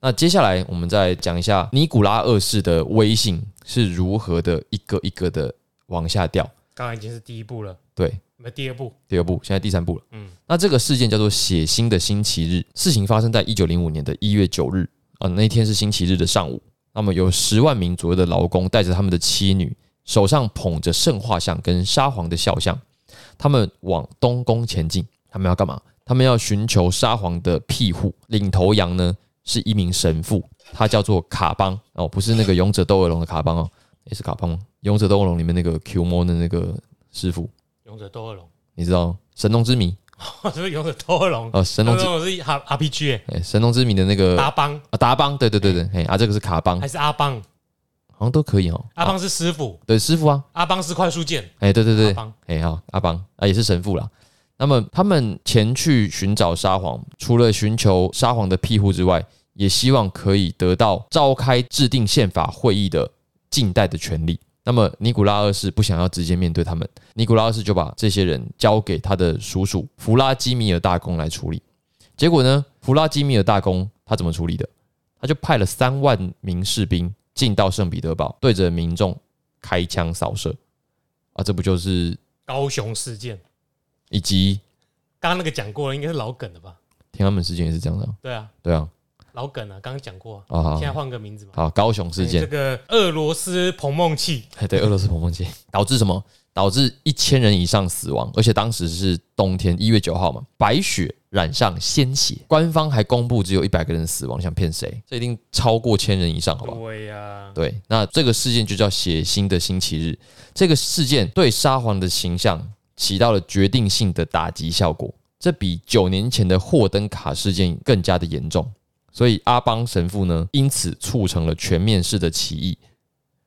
那接下来我们再讲一下尼古拉二世的威信是如何的一个一个的往下掉。刚刚已经是第一步了，对，那第二步，第二部，现在第三部了。嗯嗯，那这个事件叫做“血腥的星期日”，事情发生在一九零五年的一月九日啊，那一天是星期日的上午。那么有十万名左右的劳工带着他们的妻女，手上捧着圣画像跟沙皇的肖像，他们往东宫前进。他们要干嘛？他们要寻求沙皇的庇护。领头羊呢是一名神父，他叫做卡邦哦，不是那个《勇者斗恶龙》的卡邦哦，也、是卡邦吗？《勇者斗恶龙》里面那个 Q 魔的那个师傅，勇者斗恶龙， 你知道吗神农之谜？我是勇者斗恶龙，哦，神斗农恶之龙是 R R P G 哎，哎、神农之谜的那个阿邦啊达邦，对对对对，哎啊，这个是卡邦还，是阿邦？好像都可以哦。阿啊邦是师傅，对师傅啊，阿邦是块书剑，哎、对对对阿，邦哎好，阿邦啊也是神父啦。那么他们前去寻找沙皇，除了寻求沙皇的庇护之外，也希望可以得到召开制定宪法会议的近代的权利。那么尼古拉二世不想要直接面对他们，尼古拉二世就把这些人交给他的叔叔弗拉基米尔大公来处理。结果呢，弗拉基米尔大公他怎么处理的？他就派了三万名士兵进到圣彼得堡，对着民众开枪扫射。啊，这不就是高雄事件，以及刚刚那个讲过了，应该是老梗了吧？天安门事件也是这样的啊、对啊，对啊，老梗啊，刚刚讲过啊，啊现在好，换个名字嘛。好，高雄事哎这件，个俄罗斯彭梦器， 对，俄罗斯彭彭街导致什么？导致一千人以上死亡，而且当时是冬天，一月九号嘛，白雪染上鲜血，官方还公布只有一百个人死亡，想骗谁？这一定超过千人以上，好不好？对呀，对，那这个事件就叫血腥的星期日。这个事件对沙皇的形象起到了决定性的打击效果，这比九年前的霍登卡事件更加的严重。所以阿邦神父呢，因此促成了全面式的起义。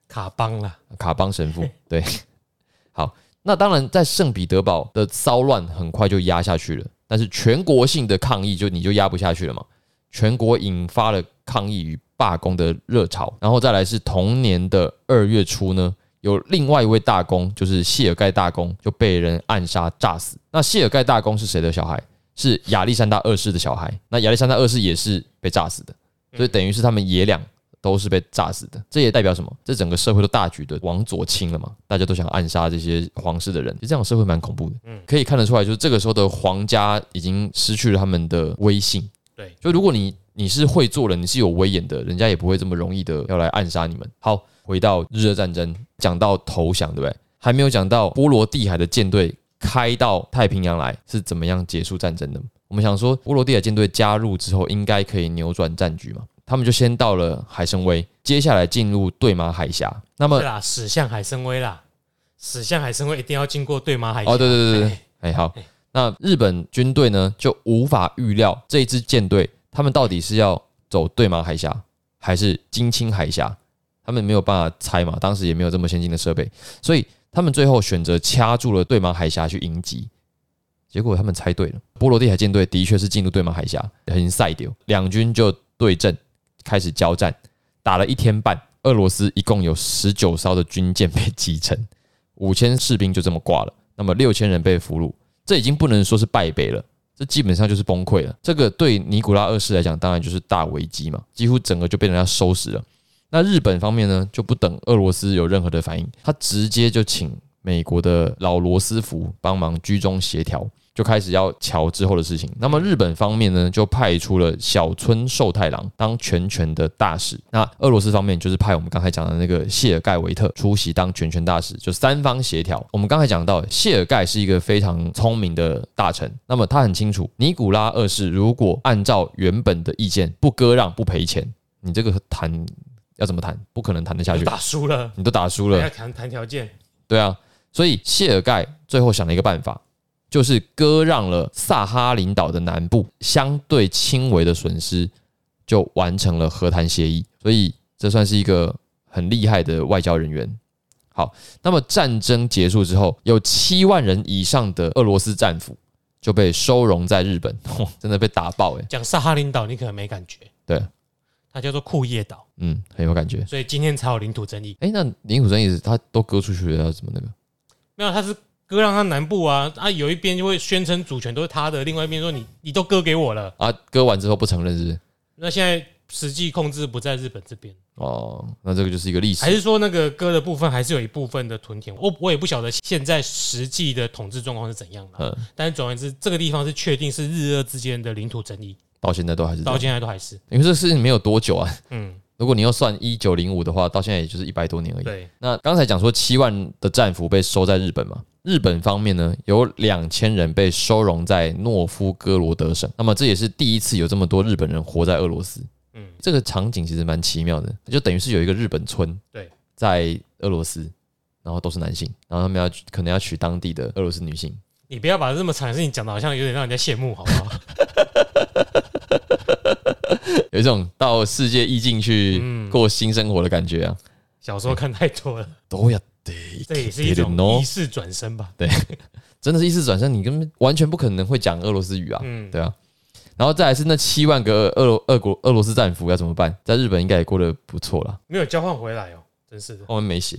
卡邦啦，卡邦神父，对， 好，那当然在圣彼得堡的骚乱很快就压下去了，但是全国性的抗议就你就压不下去了嘛，全国引发了抗议与罢工的热潮，然后再来是同年的二月初呢。有另外一位大公，就是谢尔盖大公，就被人暗杀炸死。那谢尔盖大公是谁的小孩？是亚历山大二世的小孩。那亚历山大二世也是被炸死的，所以等于是他们爷俩都是被炸死的。这也代表什么？这整个社会都大局的往左倾了嘛？大家都想暗杀这些皇室的人，其实这样的社会蛮恐怖的。嗯嗯，可以看得出来，就是这个时候的皇家已经失去了他们的威信。对，就如果你你是会做人，你是有威严的，人家也不会这么容易的要来暗杀你们。好，回到日俄战争，讲到投降，对不对？还没有讲到波罗的海的舰队开到太平洋来是怎么样结束战争的。我们想说，波罗的海舰队加入之后，应该可以扭转战局嘛？他们就先到了海参崴，接下来进入对马海峡。那么是，啦，驶向海参崴啦，驶向海参崴一定要经过对马海峡哦，对对对对，哎哎，好哎，那日本军队呢就无法预料这一支舰队他们到底是要走对马海峡还是金青海峡，他们没有办法猜嘛，当时也没有这么先进的设备，所以他们最后选择掐住了对马海峡去迎击。结果他们猜对了，波罗的海舰队的确是进入对马海峡，很赛丢，两军就对阵，开始交战，打了一天半，俄罗斯一共有十九艘的军舰被击沉，五千士兵就这么挂了，那么六千人被俘虏，这已经不能说是败北了，这基本上就是崩溃了。这个对尼古拉二世来讲，当然就是大危机嘛，几乎整个就被人家收拾了。那日本方面呢，就不等俄罗斯有任何的反应，他直接就请美国的老罗斯福帮忙居中协调，就开始要瞧之后的事情。那么日本方面呢，就派出了小村寿太郎当全权的大使。那俄罗斯方面就是派我们刚才讲的那个谢尔盖维特出席当全权大使，就三方协调。我们刚才讲到，谢尔盖是一个非常聪明的大臣，那么他很清楚，尼古拉二世如果按照原本的意见不割让不赔钱，你这个谈要怎么谈？不可能谈得下就去。打输了，你都打输了要，谈谈条件，对啊，所以谢尔盖最后想了一个办法，就是割让了萨哈林岛的南部，相对轻微的损失就完成了和谈协议。所以这算是一个很厉害的外交人员。好，那么战争结束之后，有七万人以上的俄罗斯战俘就被收容在日本， 真的被打爆欸诶、讲萨哈林岛，你可能没感觉，对，它叫做库页岛，嗯，很有感觉。所以今天才有领土争议。诶，那领土争议是他都割出去了，要怎么那个？没有，它是割让它南部啊，啊，有一边就会宣称主权都是他的，另外一边说你你都割给我了。啊，割完之后不承认是不是？那现在实际控制不在日本这边，哦，那这个就是一个历史还。是说那个割的部分还是有一部分的屯田？我我也不晓得现在实际的统治状况是怎样了。嗯，但是总而言之，这个地方是确定是日俄之间的领土争议，到现在都还是这到样，现在都还是。因为这个事情没有多久啊。 嗯，如果你要算一九零五的话，到现在也就是一百多年而已。对，那刚才讲说七万的战俘被收在日本嘛，日本方面呢有两千人被收容在诺夫哥罗德省，那么这也是第一次有这么多日本人活在俄罗斯。嗯嗯，这个场景其实蛮奇妙的，就等于是有一个日本村，对，在俄罗斯，然后都是男性，然后他们要可能要娶当地的俄罗斯女性。你不要把这么惨的事情讲的好像有点让人家羡慕，好 不好？有一种到世界意境去嗯过新生活的感觉啊。小时候看太多了，都要得，这也是一种喏意识转身吧。真的是一次转身，你根本完全不可能会讲俄罗斯语啊，嗯，对啊。然后再来是那七万个俄罗俄国俄罗斯战俘要怎么办？在日本应该也过得不错啦，没有交换回来哦，真是的。我们没写，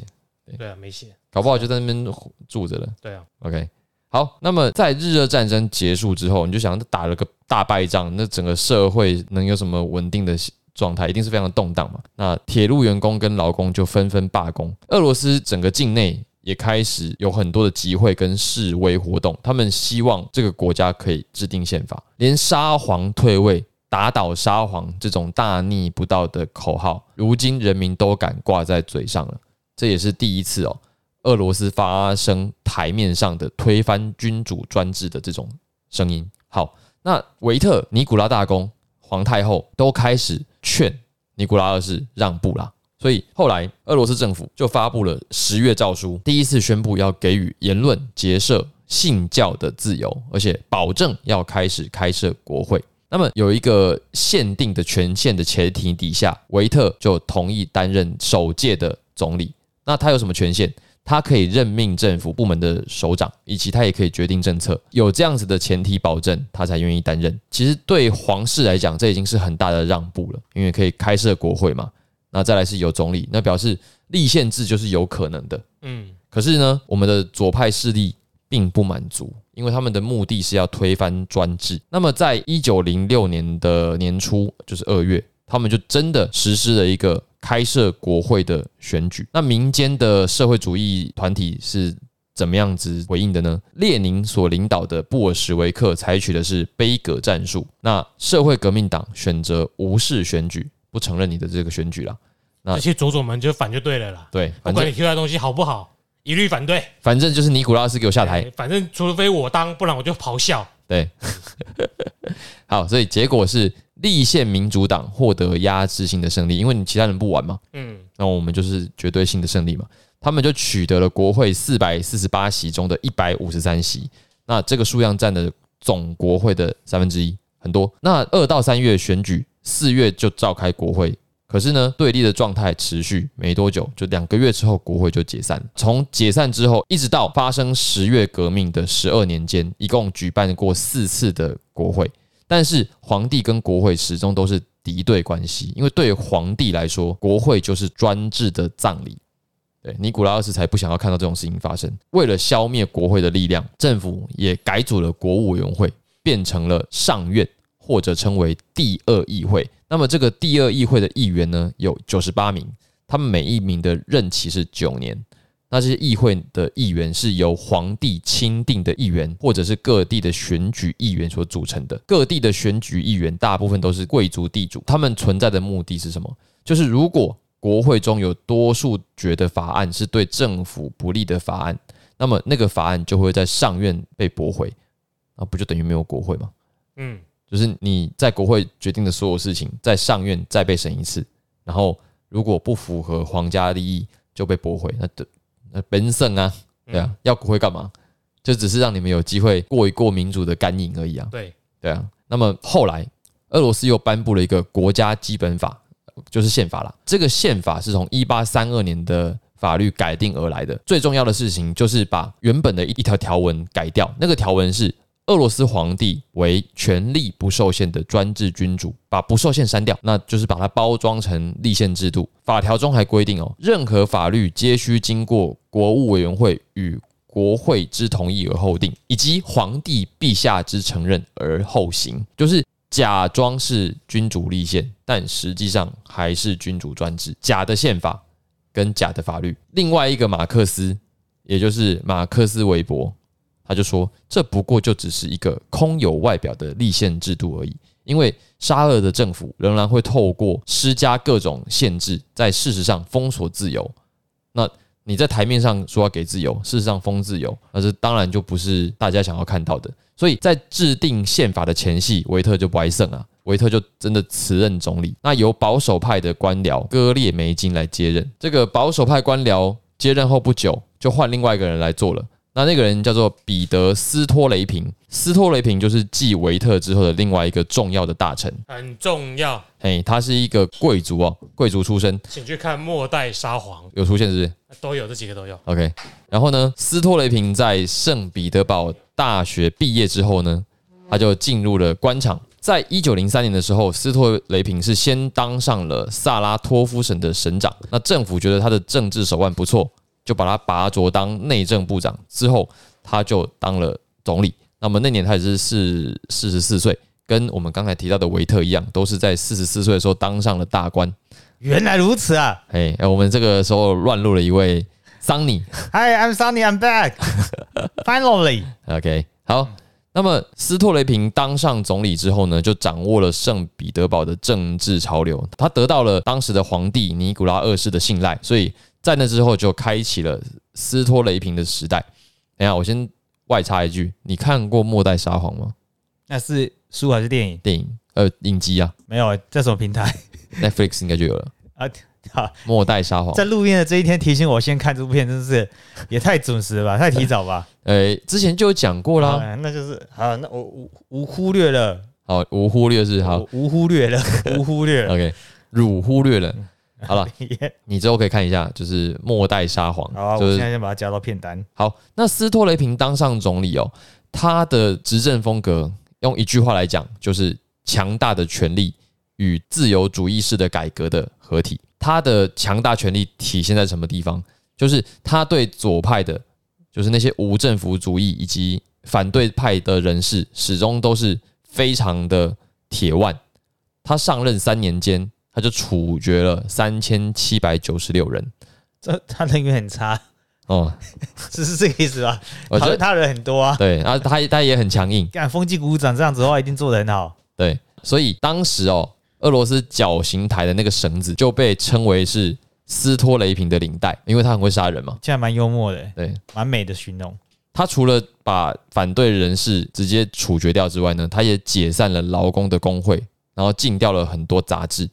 对啊，没写。搞不好就在那边住着了。对啊， OK，好，那么在日俄战争结束之后，你就想打了个大败仗，那整个社会能有什么稳定的状态？一定是非常的动荡嘛。那铁路员工跟劳工就纷纷罢工，俄罗斯整个境内也开始有很多的集会跟示威活动，他们希望这个国家可以制定宪法，连沙皇退位。打倒沙皇这种大逆不道的口号，如今人民都敢挂在嘴上了，这也是第一次哦。俄罗斯发生台面上的推翻君主专制的这种声音。好，那维特、尼古拉大公、皇太后都开始劝尼古拉二世让步啦。所以后来，俄罗斯政府就发布了十月诏书，第一次宣布要给予言论、结社、信教的自由，而且保证要开始开设国会。那么有一个限定的权限的前提底下，维特就同意担任首届的总理。那他有什么权限？他可以任命政府部门的首长，以及他也可以决定政策。有这样子的前提保证，他才愿意担任。其实对皇室来讲，这已经是很大的让步了，因为可以开设国会嘛。那再来是有总理，那表示立宪制就是有可能的。嗯，可是呢，我们的左派势力并不满足，因为他们的目的是要推翻专制。那么，在一九零六年的年初，就是二月，他们就真的实施了一个开设国会的选举。那民间的社会主义团体是怎么样子回应的呢？列宁所领导的布尔什维克采取的是杯葛战术，那社会革命党选择无视选举，不承认你的这个选举啦。啊这些左左们就反就对了啦，对，不反管正你提出来的东西好不好，一律反对。反正就是尼古拉斯给我下台哎，反正除非我当，不然我就咆哮。对， 好，所以结果是立宪民主党获得压制性的胜利，因为你其他人不玩嘛，嗯，那我们就是绝对性的胜利嘛。他们就取得了国会四百四十八席中的一百五十三席，那这个数量占了总国会的三分之一，很多。那二到三月选举，四月就召开国会，可是呢，对立的状态持续没多久，就两个月之后，国会就解散了。从解散之后，一直到发生十月革命的十二年间，一共举办过四次的国会，但是皇帝跟国会始终都是敌对关系，因为对皇帝来说，国会就是专制的葬礼。对，尼古拉二世才不想要看到这种事情发生。为了消灭国会的力量，政府也改组了国务委员会，变成了上院，或者称为第二议会。那么这个第二议会的议员呢，有九十八名，他们每一名的任期是九年。那这些议会的议员是由皇帝钦定的议员，或者是各地的选举议员所组成的。各地的选举议员大部分都是贵族地主，他们存在的目的是什么？就是如果国会中有多数决的法案是对政府不利的法案，那么那个法案就会在上院被驳回，那不就等于没有国会吗？嗯，就是你在国会决定的所有事情，在上院再被审一次，然后如果不符合皇家利益就被驳回，那对那本省啊，嗯对啊，，要国会干嘛？就只是让你们有机会过一过民主的干瘾而已啊。对，对啊，那么后来俄罗斯又颁布了一个国家基本法，就是宪法啦。这个宪法是从一八三二年的法律改定而来的。最重要的事情就是把原本的一一条条文改掉，那个条文是俄罗斯皇帝为权力不受限的专制君主，把不受限删掉，那就是把它包装成立宪制度。法条中还规定哦，任何法律皆需经过国务委员会与国会之同意而后定，以及皇帝陛下之承认而后行，就是假装是君主立宪，但实际上还是君主专制，假的宪法跟假的法律。另外一个马克思，也就是马克思韦伯，他就说，这不过就只是一个空有外表的立宪制度而已。因为沙俄的政府仍然会透过施加各种限制，在事实上封锁自由。那你在台面上说要给自由，事实上封自由，那是当然就不是大家想要看到的。所以在制定宪法的前夕，维特就不爱胜啊，维特就真的辞任总理。那由保守派的官僚割裂梅金来接任。这个保守派官僚接任后不久，就换另外一个人来做了。那那个人叫做彼得斯托雷平，斯托雷平就是继维特之后的另外一个重要的大臣。很重要，嘿，他是一个贵族哦，贵族出身，请去看《末代沙皇有出现是不是？》，都有这几个都有。 OK，然后呢，斯托雷平在圣彼得堡大学毕业之后呢，他就进入了官场。在一九零三年的时候，斯托雷平是先当上了萨拉托夫省的省长。那政府觉得他的政治手腕不错，就把他拔擢当内政部长。之后，他就当了总理。那么那年他也是四四十四岁，跟我们刚才提到的维特一样，都是在四十四岁的时候当上了大官。原来如此啊！哎、哎我们这个时候乱入了一位桑尼， Hi, I'm Sunny. I'm back. Finally. OK，好。那么斯托雷平当上总理之后呢，就掌握了圣彼得堡的政治潮流，他得到了当时的皇帝尼古拉二世的信赖，所以在那之后就开启了斯托雷平的时代。等一下，我先外插一句，你看过《末代沙皇》吗？那是书还是电影？电影呃影集啊没有，这什么平台，Netflix 应该就有了啊？好， 《末代沙皇》 在录音的这一天提醒我先看这部片，真是也太准时了吧，太提早 吧？诶，之前就有讲过啦。啊，那就是好，那我无无忽略了，好，无忽略是好我无忽略 了，无忽略了。 ，OK，辱忽略了。好 了，耶你之后可以看一下，就是《末代沙皇好啊，》，就我是现在先把它加到片单。好，那斯托雷平当上总理哦，他的执政风格用一句话来讲，就是强大的权力与自由主义式的改革的合体。他的强大权力体现在什么地方？就是他对左派的，就是那些无政府主义以及反对派的人士，始终都是非常的铁腕。他上任三年间，他就处决了三千七百九十六人。这他人缘很差， 哦，是是这个意思吧？我讨觉厌得他人很多啊。对，啊，他他也很强硬。干风纪股长这样子的话，一定做得很好。对，所以当时哦，俄罗斯绞刑台的那个绳子就被称为是斯托雷平的领带，因为他很会杀人嘛。现在蛮幽默的，对蛮美的形容。他除了把反对人士直接处决掉之外呢，他也解散了劳工的工会，然后禁掉了很多杂志。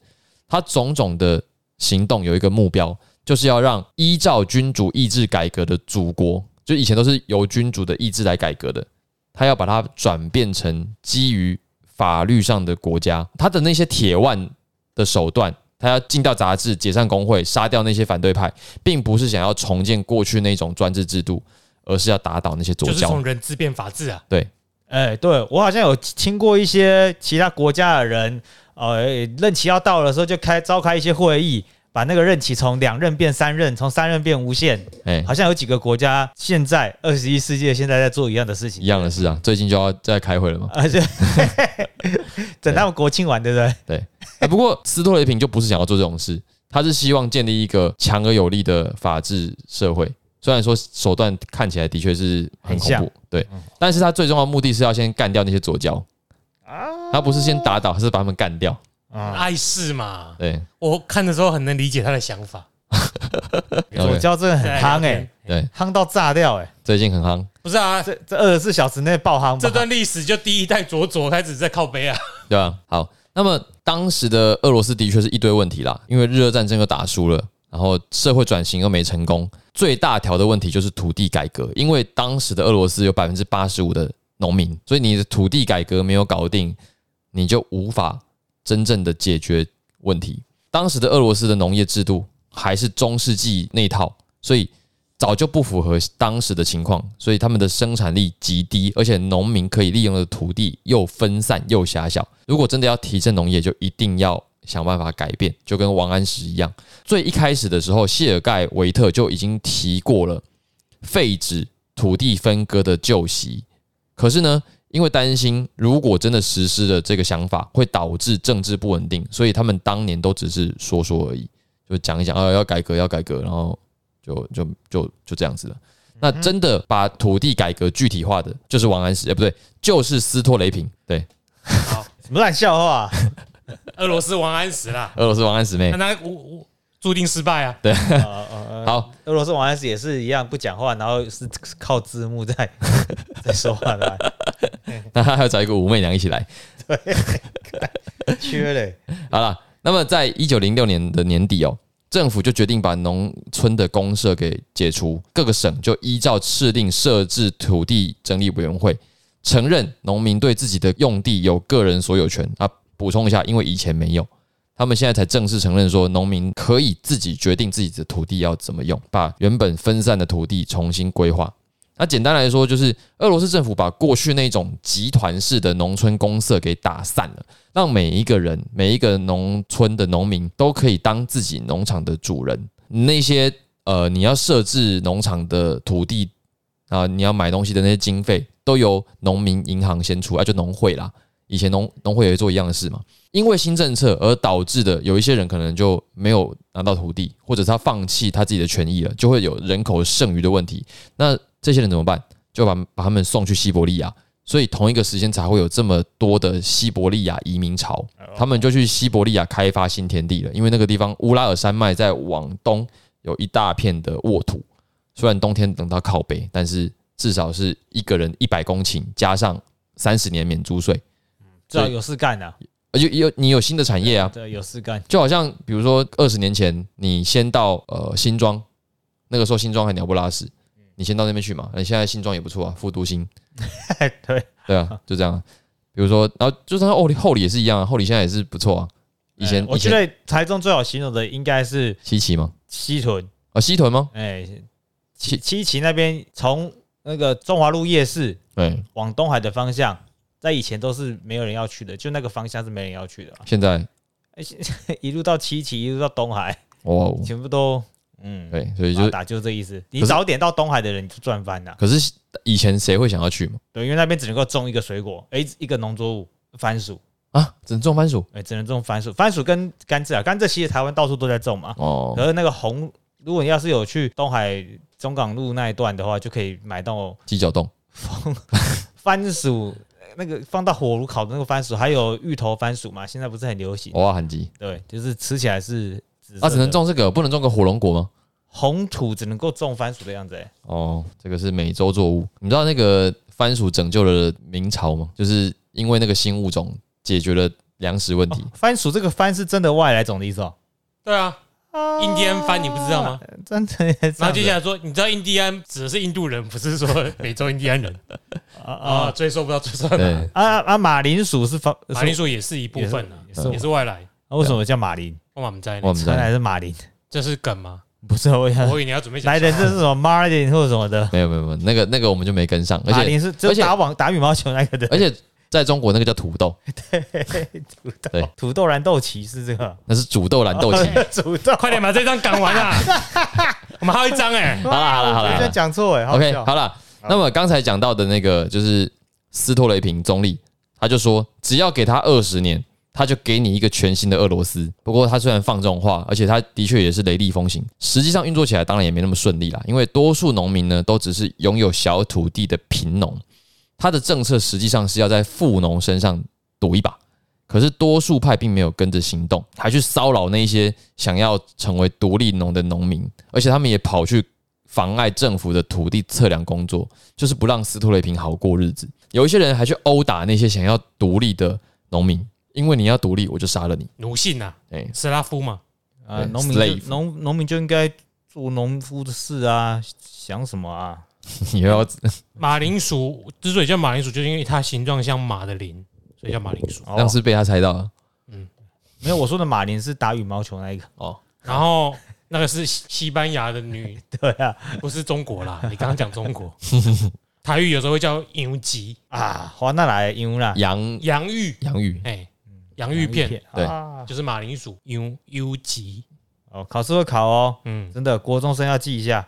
他种种的行动有一个目标，就是要让依照君主意志改革的祖国，就以前都是由君主的意志来改革的，他要把它转变成基于法律上的国家。他的那些铁腕的手段，他要禁掉杂志、解散工会、杀掉那些反对派，并不是想要重建过去那种专制制度，而是要打倒那些左就是交。从人治变法治啊，哎、对我好像有听过一些其他国家的人，呃，任期要到的时候就开召开一些会议，把那个任期从两任变三任，从三任变无限。哎、好像有几个国家现在二十一世纪的现在在做一样的事一情。样的事 啊，最近就要再开会了嘛。啊，对，等他们国庆完，对不对？哎，不过斯托雷平就不是想要做这种事，他是希望建立一个强而有力的法治社会。虽然说手段看起来的确是很恐很怖，对，但是他最重要的目的是要先干掉那些左交。他不是先打倒，他是把他们干掉。 啊，碍事嘛。对我看的时候很能理解他的想法，左交真的很夯哎、对，夯到炸掉哎、最近很夯。不是啊，这这二十四小时内爆夯吧，这段历史就第一代佐佐开始在靠背啊， 对啊，好，那么当时的俄罗斯的确是一堆问题啦，因为日俄战争又打输了，然后社会转型又没成功，最大条的问题就是土地改革，因为当时的俄罗斯有百分之八十五的农民，所以你的土地改革没有搞定，你就无法真正的解决问题。当时的俄罗斯的农业制度还是中世纪那一套，所以早就不符合当时的情况，所以他们的生产力极低，而且农民可以利用的土地又分散又狭小。如果真的要提振农业，就一定要想办法改变，就跟王安石一样。最一开始的时候，谢尔盖维特就已经提过了废止土地分割的旧习，可是呢，因为担心如果真的实施了这个想法，会导致政治不稳定，所以他们当年都只是说说而已，就讲一讲啊，要改革，要改革，然后就就就就这样子了。那真的把土地改革具体化的，就是王安石，哎、不对，就是斯托雷平，对，什么烂笑话？啊俄罗斯王安石啦，俄罗斯王安石妹那。他我我注定失败啊！呃呃呃好，俄罗斯王安石也是一样不讲话，然后是靠字幕在 在说话的啊，那他还要找一个武媚娘一起来。缺嘞。好了，那么在一九零六年的年底哦，政府就决定把农村的公社给解除，各个省就依照敕令设置土地整理委员会，承认农民对自己的用地有个人所有权啊。补充一下，因为以前没有，他们现在才正式承认说，农民可以自己决定自己的土地要怎么用，把原本分散的土地重新规划。那简单来说，就是俄罗斯政府把过去那种集团式的农村公社给打散了。让每一个人、每一个农村的农民都可以当自己农场的主人。那些呃，你要设置农场的土地啊、你要买东西的那些经费，都由农民银行先出，啊，就农会啦。以前农农会也做一样的事嘛。因为新政策而导致的，有一些人可能就没有拿到土地，或者是他放弃他自己的权益了，就会有人口剩余的问题。那这些人怎么办？就把把他们送去西伯利亚。所以同一个时间才会有这么多的西伯利亚移民潮，他们就去西伯利亚开发新天地了。因为那个地方乌拉尔山脉在往东有一大片的沃土，虽然冬天等到靠北，但是至少是一个人一百公顷加上三十年免租税，至少有事干呐，而且有你有新的产业啊，对，有事干。就好像比如说二十年前，你先到呃新庄，那个时候新庄还鸟不拉屎，你先到那边去嘛。那现在新庄也不错啊，复都新，对， 对 啊，就这样啊。比如说，然后就算后里后里也是一样啊，后里现在也是不错啊。以前、哎我以觉前得台中最好形容的应该是西岐吗？西屯，啊，西屯吗？哎，七七旗那边从那个中华路夜市对，往东海的方向，在以前都是没有人要去的，就那个方向是没人要去的啊、现在 一路到七旗，一路到东海，哇哦，全部都嗯，对，所以就打是，打就这意思。你可是早点到东海的人，你就赚翻了。可是以前谁会想要去嘛？对，因为那边只能够种一个水果，哎、一个农作物，番薯，啊，只能种番薯哎、只能种番薯。番薯跟甘蔗啊，甘蔗其实台湾到处都在种嘛。哦可，是那个红，如果你要是有去东海中港路那一段的话，就可以买到鸡脚冻番薯，那个放到火炉烤的那个番薯，还有芋头番薯嘛，现在不是很流行。偶尔喊鸡对，就是吃起来是紫哦色啊，只能的种这个，不能种个火龙果吗？红土，只能够种番薯的样子、欸。哦，这个是美洲作物。你知道那个番薯拯救了明朝吗？就是因为那个新物种解决了粮食问题。番薯这个番是真的外来种的意思哦。对啊，印第安番你不知道吗？真的耶，然后接这下样来说，你知道印第安指的是印度人，不是说美洲印第安人子啊啊？啊追溯不到追溯到哪 对，啊啊！马铃薯是方，马铃薯也是一部分啊也是，也是外来。啊为什么叫马铃？我们在我，们原在来是马铃， 这是梗吗？不是我想我以为你要准备讲来的这是什么 Martin 或者什么的。没有没有没有，那个那个我们就没跟上，而马且铃是只有而且打网打羽毛球那个的，而且在中国那个叫土豆，土豆对 土豆蓝豆旗是这个那是煮豆燃豆萁。 土豆。快点把这张讲完啊！我们还有一张哎，好啦好啦好啦好我觉得啦讲错哎，好 OK，笑好了。那么刚才讲到的那个就是斯托雷平中立，他就说只要给他二十年，他就给你一个全新的俄罗斯。不过他虽然放这种话，而且他的确也是雷厉风行，实际上运作起来当然也没那么顺利啦，因为多数农民呢都只是拥有小土地的贫农，他的政策实际上是要在富农身上赌一把。可是多数派并没有跟着行动，还去骚扰那些想要成为独立农的农民，而且他们也跑去妨碍政府的土地测量工作，就是不让斯托雷平好过日子。有一些人还去殴打那些想要独立的农民，因为你要独立，我就杀了你。 奴性啊，哎、斯拉夫嘛，啊！对农民就 slave 农农民就应该做农夫的事啊，想什么啊？你又要马铃薯之所以叫马铃薯，就是因为它形状像马的铃，所以叫马铃薯。当时被他猜到了。哦没有，我说的马林是打羽毛球那一个。哦，然后那个是西西班牙的女，对啊，不是中国啦。你刚刚讲中国， 台语有时候会叫牛吉、啊，华纳来赢啦，洋洋芋，洋芋，哎、洋芋片对啊就是马铃薯，牛优吉，哦，考试会考哦，嗯，真的，国中生要记一下。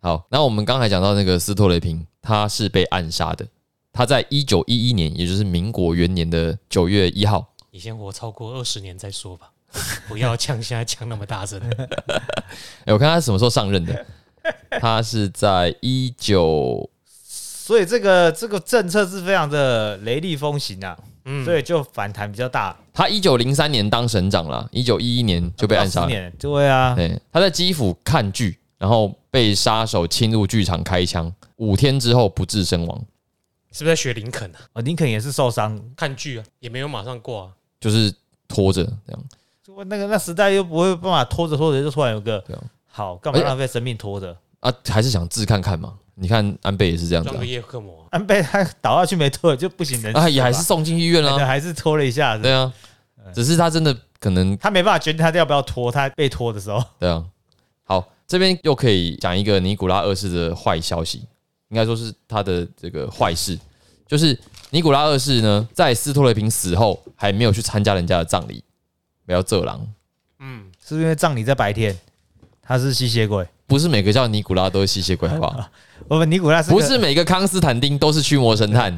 好，那我们刚才讲到那个斯托雷平，他是被暗杀的。他在一九一一年，也就是民国元年的九月一号，你先活超过二十年再说吧， 不要呛现在呛那么大声。哎、我看他什么时候上任的？ 他是在一九所以这个这个政策是非常的雷厉风行啊，嗯，所以就反弹比较大，他一九零三年当省长啦，一九一一年就被暗杀10了。年对啊，对，他在基辅看剧，然后被杀手侵入剧场开枪，五天之后不治身亡，是不是在学林肯啊？哦，林肯也是受伤，看剧啊，也没有马上挂、啊。就是拖着这样。那个那时代又不会办法拖着拖着就突然有个对啊好，干嘛而且浪费生命拖着？ 啊，还是想治看看嘛。你看安倍也是这样子啊装个，叶克膜，安倍他倒下去没多久就不省人事啊也还是了送进医院吧哎啊，还是拖了一下子，对啊，只是他真的可能他没办法决定他要不要拖，他被拖的时候， 对啊。好，这边又可以讲一个尼古拉二世的坏消息，应该说是他的这个坏事，就是尼古拉二世呢，在斯托雷平死后还没有去参加人家的葬礼，不要这狼。嗯，是不是因为葬礼在白天，他是吸血鬼，不是每个叫尼古拉都是吸血鬼，好不 好？我们尼古拉斯不是每个康斯坦丁都是驱魔神 探，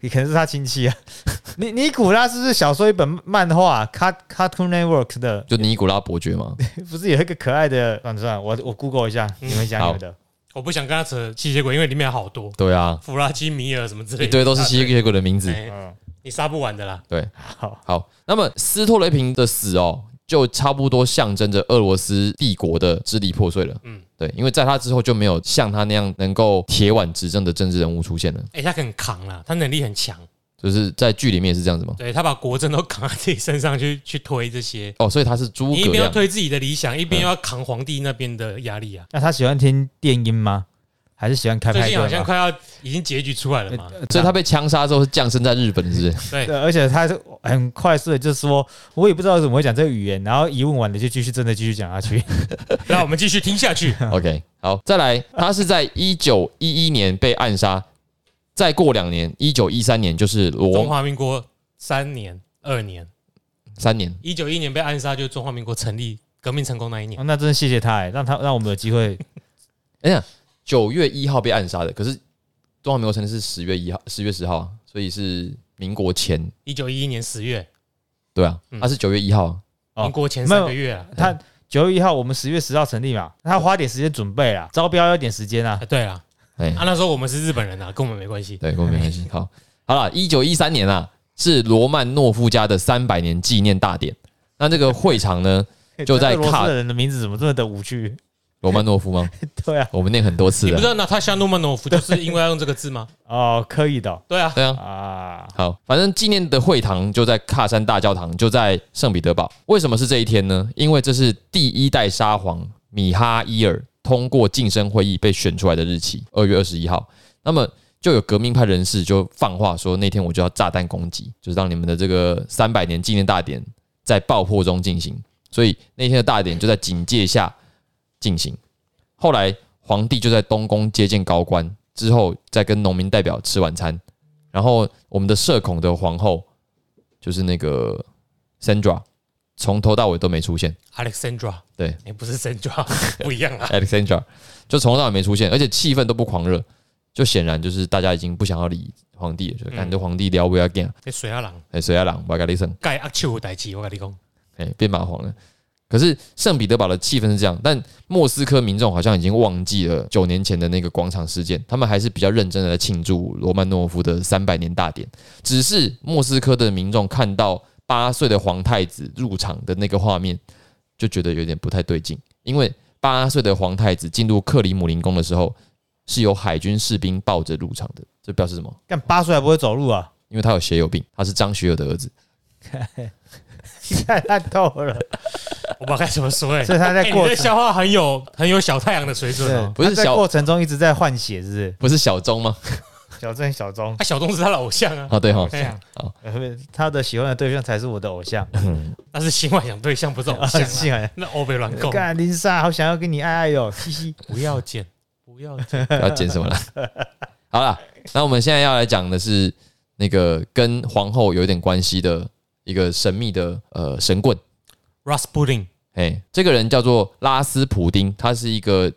也可能是他亲戚啊。 尼尼古拉是不是小时候一本漫画《Cut Cartoon Network》的？ 就尼古拉伯爵嘛。不是有一个可爱的？算了算了，我我 Google 一下，你们讲你嗯好们的。我不想跟他扯吸血鬼，因为里面好多对啊，弗拉基米尔什么之类一的，啊堆都是吸血鬼的名字。哎嗯，你杀不完的啦。对，好，好，那么斯托雷平的死哦，就差不多象征着俄罗斯帝国的支离破碎了。嗯嗯，对，因为在他之后就没有像他那样能够铁腕执政的政治人物出现了，哎、他很扛啦，他能力很强，就是在剧里面也是这样子嘛。对他把国政都扛在自己身上去去推这些。哦，所以他是诸你一葛边要亮，嗯推自己的理想，一边又要扛皇帝那边的压力啊。那他喜欢听电音吗？还是喜欢开最派近好像对吗？快要已经结局出来了嘛，所以他被枪杀之后是降生在日本，是不是？对 对，而且他是很快速的，就是说，我也不知道怎么会讲这个语言，然后一问完了就继续真的继续讲下 去。那我们继续听下去。 OK，好，再来，他是在一九一一年被暗杀，再过两年，一九一三年就是中罗华民国三年、二年，三年，一九一一年被暗杀，就是中华民国成立革命成功那一年哦。那真的谢谢他、哎，让他让我们有机 会。哎呀，九月一号被暗杀的，可是中华民国成立是十月一号，十月十号啊，所以是民国前，一九一一年十月，对啊嗯，他是九月一号啊，哦民国前三个月啊。他九月一号，我们十月十号成立嘛，他花点时间准备啊，招标要点时间啊啊，。对啊，哎、啊，那时候我们是日本人啊，跟我们没关系。对，跟我没关系。好，好了，一九一三年啊，是罗曼诺夫家的三百年纪念大典，那这个会场呢，就在俄罗卡斯的人的名字怎么这么的无趣？罗曼诺夫吗？ 对啊，我们念很多次你不知了，道娜塔夏诺曼诺夫就是因为要用这个字吗？哦，刻意的哦对啊，对啊。啊，好，反正纪念的会堂就在喀山大教堂，就在圣彼得堡。为什么是这一天呢？因为这是第一代沙皇米哈伊尔通过晋升会议被选出来的日期，二月二十一号。那么就有革命派人士就放话说，那天我就要炸弹攻击，就是让你们的这个三百年纪念大典在爆破中进行。所以那天的大典就在警戒下进行。后来皇帝就在东宫接见高官，之后再跟农民代表吃晚餐。然后我们的社恐的皇后就是那个 Sandra，从头到尾都没出现。 ，Alexandra，对，也不是 Sandra，不 一样啊。 Alexandra 就从头到尾没出现，而且气氛都不狂热，就显然就是大家已经不想要理皇帝了，就感觉皇帝聊不要见，那水亚郎哎，谁要朗，我要 listen，盖阿丘代基，我跟你讲，哎，变麻黄了。可是圣彼得堡的气氛是这样，但莫斯科民众好像已经忘记了九年前的那个广场事件，他们还是比较认真的在庆祝罗曼诺夫的三百年大典。只是莫斯科的民众看到八岁的皇太子入场的那个画面，就觉得有点不太对劲，因为八岁的皇太子进入克里姆林宫的时候，是由海军士兵抱着入场的，这表示什么？干八岁还不会走路啊， 因为他有血友病，他是张学友的儿子。太烂透了。我不知道该怎么说哎。所以他在哎你过的程，笑话很有很有小太阳的水准哦。不是他在小过程中一直在换血，是 不是小钟吗？不是？小郑、小钟，啊，小东是他的偶像啊，啊，对哈，哎呀，呃他的喜欢的对象才是我的偶 像，那是性幻想对象，不是偶像啊。喜欢。那欧北乱购， 干林莎，好想要跟你爱爱哟， 嘻嘻。不要剪，不要剪。要剪什么了？好了，那我们现在要来讲的是那个跟皇后有一点关系的一个神秘的呃神棍。 Rasputin 哎，这个人叫做拉斯普丁，他是一个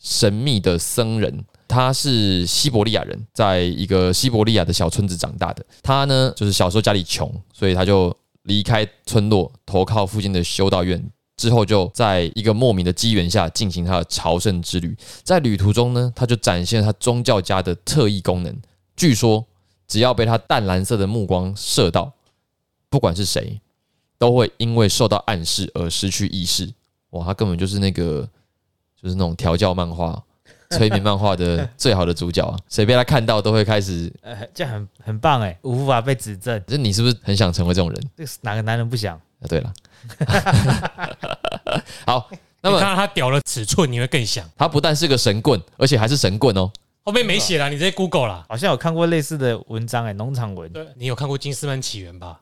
神秘的僧人，他是西伯利亚人，在一个西伯利亚的小村子长大的。他呢，就是小时候家里穷，所以他就离开村落，投靠附近的修道院。之后就在一个莫名的机缘下进行他的朝圣之旅，在旅途中呢，他就展现了他宗教家的特异功能。据说，只要被他淡蓝色的目光射到，不管是谁，都会因为受到暗示而失去意识。哇，他根本就是那个，就是那种调教漫画、催眠漫画的最好的主角啊！谁被他看到都会开始，呃，这样很很棒哎，无法被指正。就你是不是很想成为这种人？这是哪个男人不想？啊，对了，好，那你看么到他屌的尺寸，你会更想。他不但是个神棍，而且还是神棍哦。后面啊没写啦，你直接 Google 啦。好像有看过类似的文章哎，农场文。对，你有看过《金丝曼起源》吧？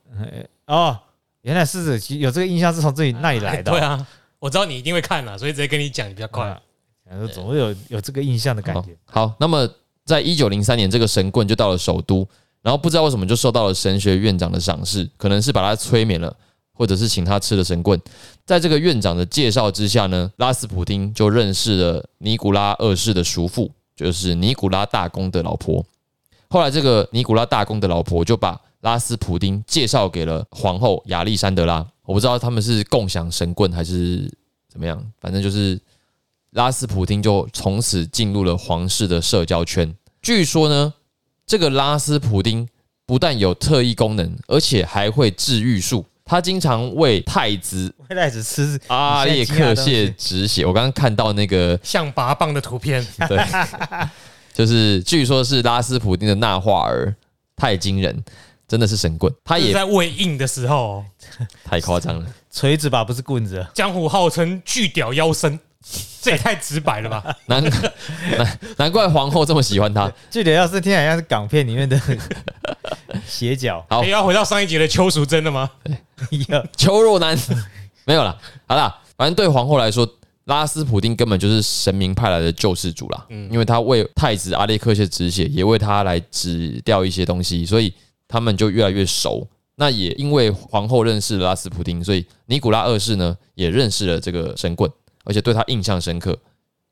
哦，原来是有这个印象是从这里那里 来的哦。对啊，我知道你一定会看啦，所以直接跟你讲，你比较快啊。然后总会有有这个印象的感觉。哦好，那么在一九零三年，这个神棍就到了首都，然后不知道为什么就受到了神学院长的赏识，可能是把他催眠了，或者是请他吃了神棍。在这个院长的介绍之下呢，拉斯普丁就认识了尼古拉二世的叔父，就是尼古拉大公的老婆。后来，这个尼古拉大公的老婆就把拉斯普丁介绍给了皇后亚历山德拉。我不知道他们是共享神棍还是怎么样，反正就是拉斯普丁就从此进入了皇室的社交圈。据说呢，这个拉斯普丁不但有特异功能，而且还会治愈术。他经常为太子未来只吃阿列克谢止血。我刚刚看到那个，象拔蚌的图片，对，就是据说是拉斯普丁的纳化儿，太惊人，真的是神棍。他就是也在喂硬的时候，哦太夸张了。锤子吧，不是棍子。江湖号称巨屌腰身，这也太直白了吧？难难难怪皇后这么喜欢他。据点要是听起来像是港片里面的 斜角，好也哎要回到上一集的邱淑贞了吗？一样 求若男没有啦，好啦，反正对皇后来说，拉斯普丁根本就是神明派来的救世主啦，因为他为太子阿列克谢止血，也为他来指掉一些东西，所以他们就越来越熟。那也因为皇后认识了拉斯普丁，所以尼古拉二世呢也认识了这个神棍，而且对他印象深刻。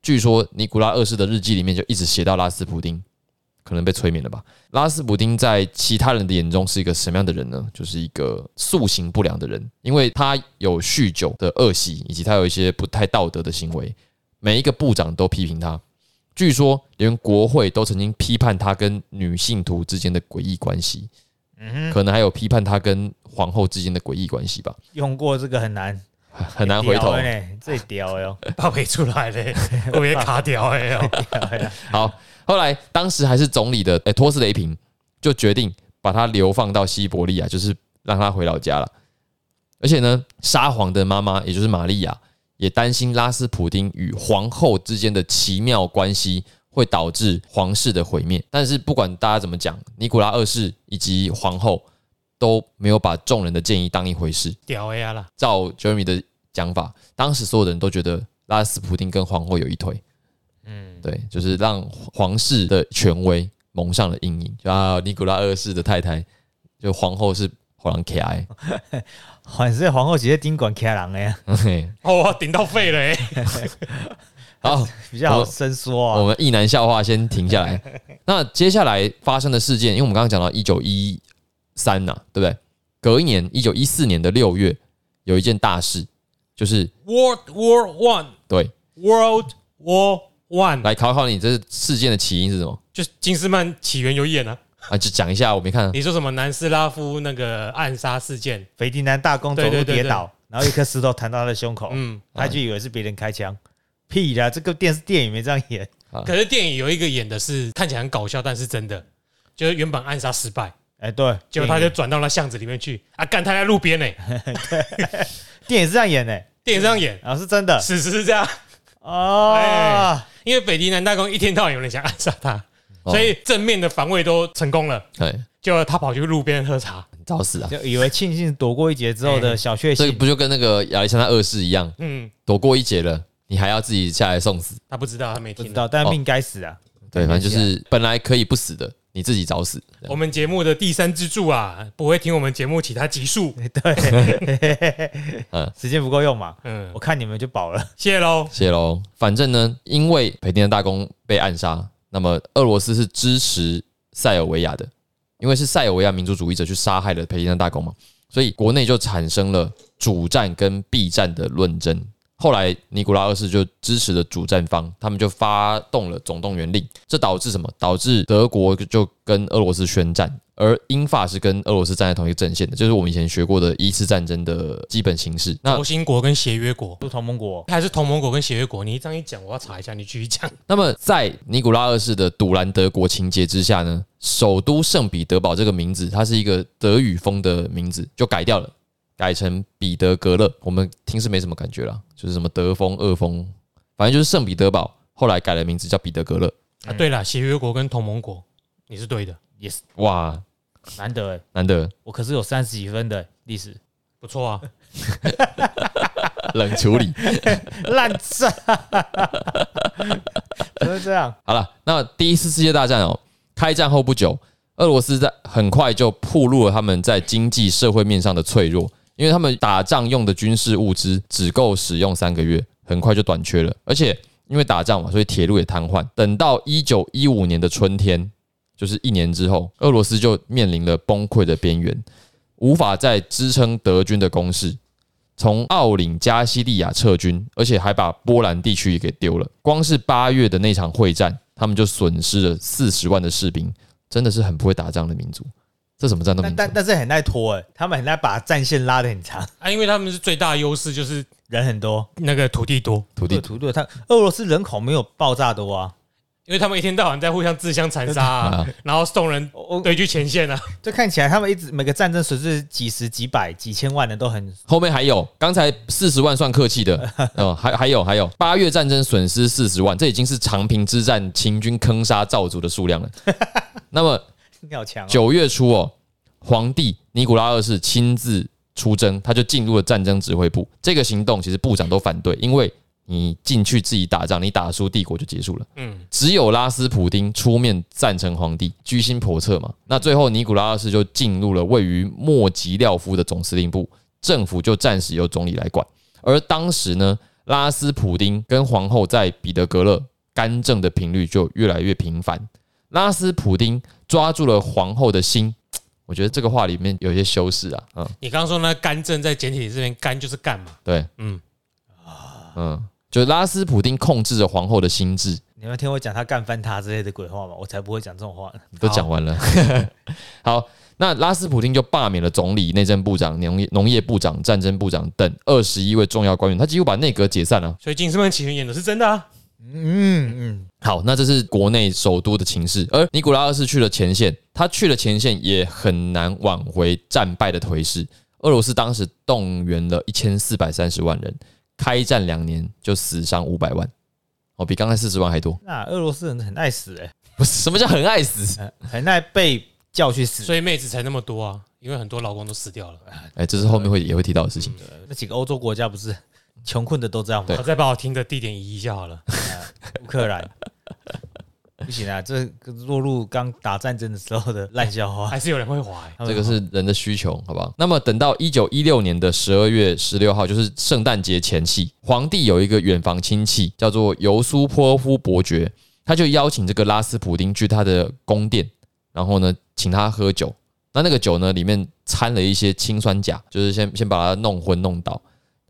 据说尼古拉二世的日记里面就一直写到拉斯普丁，可能被催眠了吧。拉斯普丁在其他人的眼中是一个什么样的人呢？就是一个塑形不良的人，因为他有酗酒的恶习，以及他有一些不太道德的行为。每一个部长都批评他，据说连国会都曾经批判他跟女信徒之间的诡异关系，可能还有批判他跟皇后之间的诡异关系吧，用过这个很难 很难回头屌。呢，这屌哟， 爸没出来嘞， 我也卡屌哎呦！ 好，后来当时还是总理的诶、呃托斯雷平就决定把他流放到西伯利亚，就是让他回老家了。而且呢，沙皇的妈妈也就是玛利亚也担心拉斯普丁与皇后之间的奇妙关系会导致皇室的毁灭。但是不管大家怎么讲，尼古拉二世以及皇后都没有把众人的建议当一回事，屌哎呀啦，照 Jeremy 的讲法，当时所有人都觉得拉斯普丁跟皇后有一腿，嗯，对，就是让皇室的权威蒙上了阴影，就啊，尼古拉二世的太太，就皇后是皇狼 K I，反正皇后直接顶管开狼哎， 哦，我顶到肺了哎！好，比较好伸缩我啊。们一男笑话先停下来。那接下来发生的事件，因为我们刚刚讲到一九一三呐，对不对？隔一年，一九一四年的六月，有一件大事，就是 World War One, 对， World War One，来考考你，这事件的起因是什么？就是金斯曼起源有演啊。啊，就讲一下，我没 看啊。你说什么南斯拉夫那个暗杀事件？斐迪南大公走对路对对跌倒， 然后一颗石头弹到他的胸口，嗯，他就以为是别人开枪。屁啦，这个电视电影没这样演，可是电影有一个演的是看起来很搞笑，但是真的，就是原本暗杀失败，哎，对，结果他就转到了巷子里面去啊，干他在路边呢。电影是这样演的，电影这样演，然后是真的史实是这样，哦哎。因为北迪南大公一天到晚有人想暗杀他，哦所以正面的防卫都成功了。哎，结果他跑去路边喝茶，找死啊！就以为庆幸躲过一劫之后哎的小确这个幸，不就跟那个亚历山大二世一样，嗯，躲过一劫了，你还要自己下来送死？他不知道，他没不知听到。道，但命该死啊！对，啊反正就是本来可以不死的，你自己找死。我们节目的第三支柱啊，不会听我们节目其他集 数。嗯 对， 时间不够用嘛，嗯我，看你们就饱了。谢谢喽。谢喽。反正呢，因为裴定的大公被暗杀，那么俄罗斯是支持塞尔维亚的，因为是塞尔维亚民族主义者去杀害了裴定的大公嘛，所以国内就产生了主战跟避战的论争。后来尼古拉二世就支持了主战方，他们就发动了总动员令，这导致什么？导致德国就跟俄罗斯宣战。而英法是跟俄罗斯站在同一个阵线的，就是我们以前学过的一次战争的基本形式。那啊轴心国跟协约国，入同盟国，还是同盟国跟协约国？你这样一讲，我要查一下。你继续讲。那么，在尼古拉二世的堵拦德国情节之下呢，首都圣彼得堡这个名字，它是一个德语风的名字，就改掉了，改成彼得格勒。我们听是没什么感觉啦，就是什么德风、俄风，反正就是圣彼得堡。后来改了名字叫彼得格勒。啊，对了，协约国跟同盟国，你是对的，哇，难得哎，难得我可是有三十几分的历史，不错啊。冷处理。 烂 炸，怎么会这样？好了，那第一次世界大战哦，开战后不久，俄罗斯在很快就暴露了他们在经济社会面上的脆弱，因为他们打仗用的军事物资只够使用三个月，很快就短缺了，而且因为打仗嘛，所以铁路也瘫痪。等到一九一五年的春天，就是一年之后，俄罗斯就面临了崩溃的边缘，无法再支撑德军的攻势。从奥领加西利亚撤军，而且还把波兰地区也给丢了。光是八月的那场会战，他们就损失了四十万的士兵，真的是很不会打仗的民族。这什么战斗但民族但？但是很耐拖哎，他们很耐把战线拉得很长， 啊，因为他们是最大优势就是人很多，那个土地多，土对地土对，他俄罗斯人口没有爆炸多啊。因为他们一天到晚在互相自相残杀、啊 啊，然后送人我对去前线啊。这看起来他们一直每个战争损失几十、几百、几千万的都很后面还有，刚才四十万算客气的，嗯，还还有还有，八月战争损失四十万，这已经是长平之战秦军坑杀赵族的数量了。 那么要强、哦。九月初哦，皇帝尼古拉二世亲自出征，他就进入了战争指挥部。这个行动其实部长都反对，因为你进去自己打仗，你打输帝国就结束了。嗯，只有拉斯普丁出面赞成皇帝，居心叵测嘛。那最后尼古拉二世就进入了位于莫吉廖夫的总司令部，政府就暂时由总理来管。而当时呢，拉斯普丁跟皇后在彼得格勒干政的频率就越来越频繁。拉斯普丁抓住了皇后的心，我觉得这个话里面有一些修饰啊，嗯， 你刚刚说那干政在简体这边干就是干嘛？对，嗯，嗯，就拉斯普丁控制着皇后的心智，你们听我讲他干翻他之类的鬼话吗？我才不会讲这种话 呢。都讲完了。 好，那拉斯普丁就罢免了总理、内政部长、农业农业部长、战争部长等二十一位重要官员，他几乎把内阁解散了、所以《金丝曼奇缘》演的是真的啊。嗯嗯，好，那这是国内首都的情势，而尼古拉二世去了前线，他去了前线也很难挽回战败的颓势。俄罗斯当时动员了一千四百三十万人，开战两年就死伤五百万，哦，比刚才四十万还多。那俄罗斯人很爱死哎、不是什么叫很爱死？呃很爱被叫去死。所以妹子才那么多啊，因为很多老公都死掉了。哎，这是后面会也会提到的事情。那几个欧洲国家不是穷困的都这样吗对？我再把我听的地点移一下好 了。乌克兰不行啊，这个落入刚打战争的时候的烂笑话。还是有人会滑、 欸。嗯这个是人的需求，好不好？那么等到一九一六年的十二月十六号，就是圣诞节前夕，皇帝有一个远房亲戚叫做尤苏波夫伯爵，他就邀请这个拉斯普丁去他的宫殿，然后呢，请他喝酒。那那个酒呢，里面掺了一些氰酸钾，就是先先把他弄昏弄倒，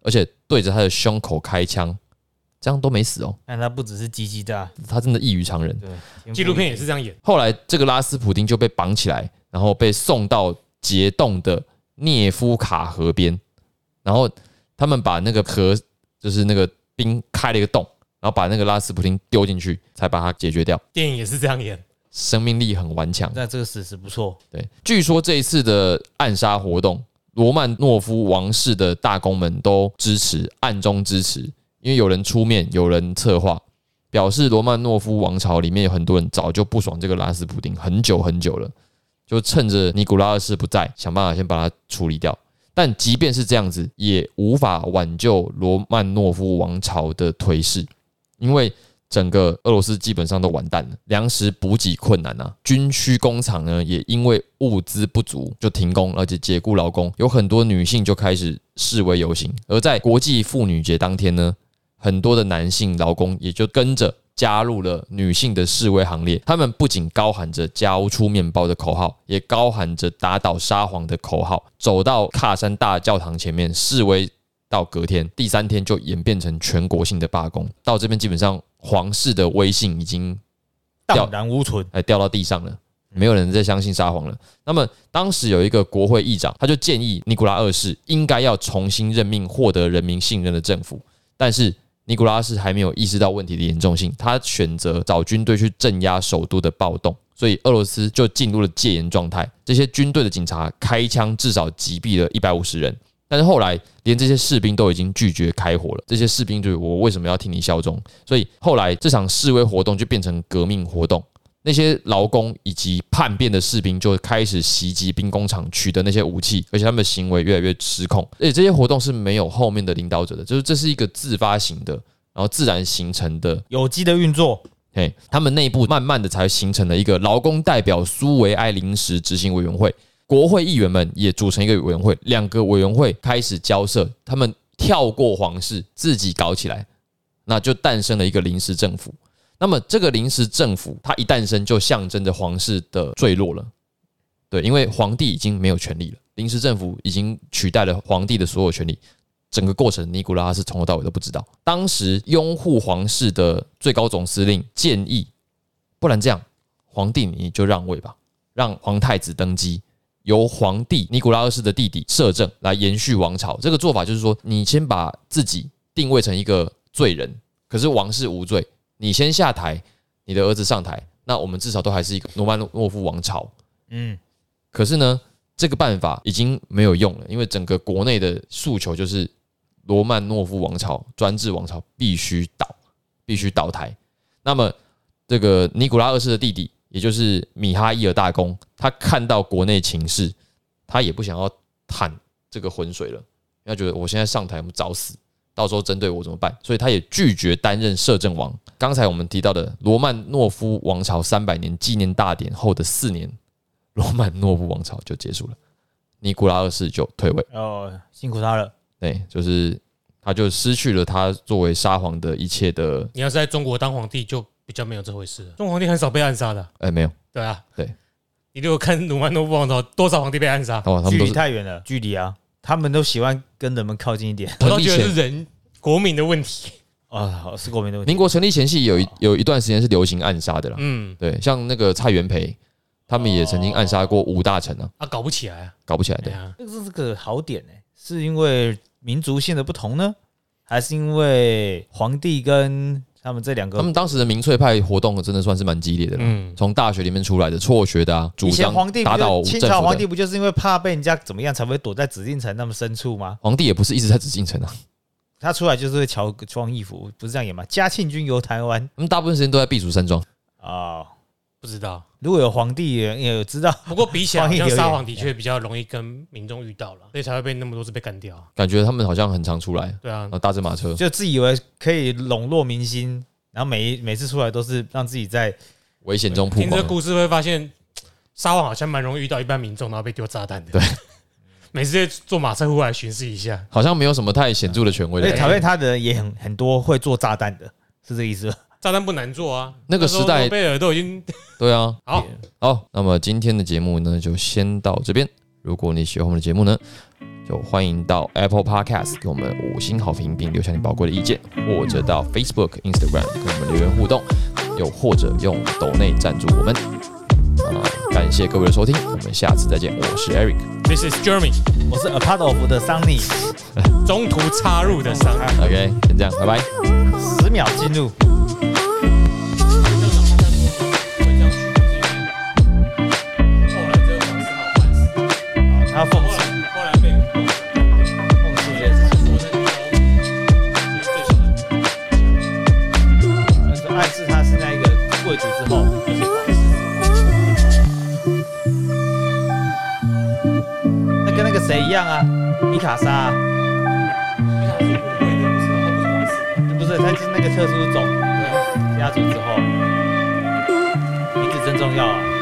而且对着他的胸口开枪，这样都没死哦，但他不只是鸡鸡大，他真的异于常人。对，纪录片也是这样演，后来这个拉斯普丁就被绑起来，然后被送到结冻的涅夫卡河边，然后他们把那个河就是那个冰开了一个洞，然后把那个拉斯普丁丢进去，才把它解决掉。电影也是这样演。生命力很顽强。那这个史实不错，对，据说这一次的暗杀活动，罗曼诺夫王室的大公们都支持，暗中支持，因为有人出面，有人策划。表示罗曼诺夫王朝里面有很多人早就不爽这个拉斯普丁很久很久了，就趁着尼古拉二世不在，想办法先把他处理掉。但即便是这样子，也无法挽救罗曼诺夫王朝的颓势，因为整个俄罗斯基本上都完蛋了，粮食补给困难啊，军需工厂呢也因为物资不足就停工，而且解雇劳工，有很多女性就开始示威游行。而在国际妇女节当天呢，很多的男性劳工也就跟着加入了女性的示威行列。他们不仅高喊着“交出面包”的口号，也高喊着“打倒沙皇”的口号，走到喀山大教堂前面示威。到隔天，第三天就演变成全国性的罢工。到这边，基本上皇室的威信已经荡然无存。哎掉到地上了，没有人再相信沙皇了。那么当时有一个国会议长，他就建议尼古拉二世应该要重新任命获得人民信任的政府，但是尼古拉二世还没有意识到问题的严重性，他选择找军队去镇压首都的暴动。所以俄罗斯就进入了戒严状态，这些军队的警察开枪，至少击毙了一百五十人。但是后来，连这些士兵都已经拒绝开火了。这些士兵就是我为什么要替你效忠？所以后来这场示威活动就变成革命活动。那些劳工以及叛变的士兵就开始袭击兵工厂，取得那些武器，而且他们的行为越来越失控。而且这些活动是没有后面的领导者的，就是这是一个自发型的，然后自然形成的有机的运作，嘿，他们内部慢慢的才形成了一个劳工代表苏维埃临时执行委员会，国会议员们也组成一个委员会，两个委员会开始交涉，他们跳过皇室，自己搞起来，那就诞生了一个临时政府。那么这个临时政府，它一诞生就象征着皇室的坠落了，对，因为皇帝已经没有权利了，临时政府已经取代了皇帝的所有权利，整个过程，尼古拉是从头到尾都不知道。当时拥护皇室的最高总司令建议，不然这样，皇帝你就让位吧，让皇太子登基，由皇帝尼古拉二世的弟弟摄政来延续王朝。这个做法就是说，你先把自己定位成一个罪人，可是王室无罪，你先下台，你的儿子上台，那我们至少都还是一个罗曼诺夫王朝。嗯，可是呢，这个办法已经没有用了，因为整个国内的诉求就是罗曼诺夫王朝专制王朝必须倒，必须倒台。那么，这个尼古拉二世的弟弟，也就是米哈伊尔大公，他看到国内情势，他也不想要淌这个浑水了，因为他觉得我现在上台，我们找死。到时候针对我怎么办？所以他也拒绝担任摄政王。刚才我们提到的罗曼诺夫王朝三百年纪念大典后的四年，罗曼诺夫王朝就结束了，尼古拉二世就退位。哦，辛苦他了。对，就是他就失去了他作为沙皇的一切的，你要是在中国当皇帝，就比较没有这回事了。中国皇帝很少被暗杀的，哎、没有，对啊啊，对。你如果看努曼诺夫王朝，多少皇帝被暗杀？哦，他们距都离是太远了，距离啊，他们都喜欢跟人们靠近一 点。我很倒厉觉得害是人国民的问题。啊，好是国民的问题民国成立前夕有哦一有一段时间是流行暗杀的啦，嗯，对，像那个蔡元培，他们也曾经暗杀过吴大臣啊，啊，搞不起来啊。搞不起来对的。啊，这个是个好点呢、欸是因为民族性的不同呢，还是因为皇帝跟他们这两他个们当时的民粹派活动真的算是蛮激烈的啦，嗯，从大学里面出来的辍学的啊，主以前张皇帝不打倒政就清府朝皇的帝，不就是因为怕被人家怎么样才会躲在紫禁城那么深处吗？皇帝也不是一直在紫禁城啊，他出来就是会乔装异服，不是这样演吗？嘉庆君游台湾他们大部分时间都在避暑山庄。啊、不知道。如果有皇帝也也知道， 不过比 起来，好欢迎像留言沙皇的确比较容易跟民众遇到了，所以才会被那么多次被干掉。感觉他们好像很常出来，对啊然，后搭着马车就自以为可以笼络民心，然后每一每次出来都是让自己在危险中曝听这个光。故事会发现，沙皇好像蛮容易遇到一般民众，然后被丢炸弹的。对， 每次坐马车过来巡视一下。好像没有什么太显著的权威哎而且的。讨厌他的人也很很多会做炸弹的，是这个意思吧？炸弹不难做啊，那个时代诺贝尔都已经对啊，好，好，那么今天的节目呢，就先到这边。如果你喜欢我们的节目呢，就欢迎到 Apple Podcast 给我们五星好评，并留下你宝贵的意见，或者到 Facebook、Instagram 跟我们留言互动，又或者用抖内赞助我们。啊，感谢各位的收听，我们下次再见。我是 Eric， This is Jeremy，我是 a part of 的桑尼，中途插入的伤。 OK，先这样，拜拜。十秒进入。他讽刺讽刺这件呃事情，但是爱会址之后。那跟那个谁一样啊，米卡莎、啊，不是，他就是那个特殊种，对，家族之后，名字真重要啊。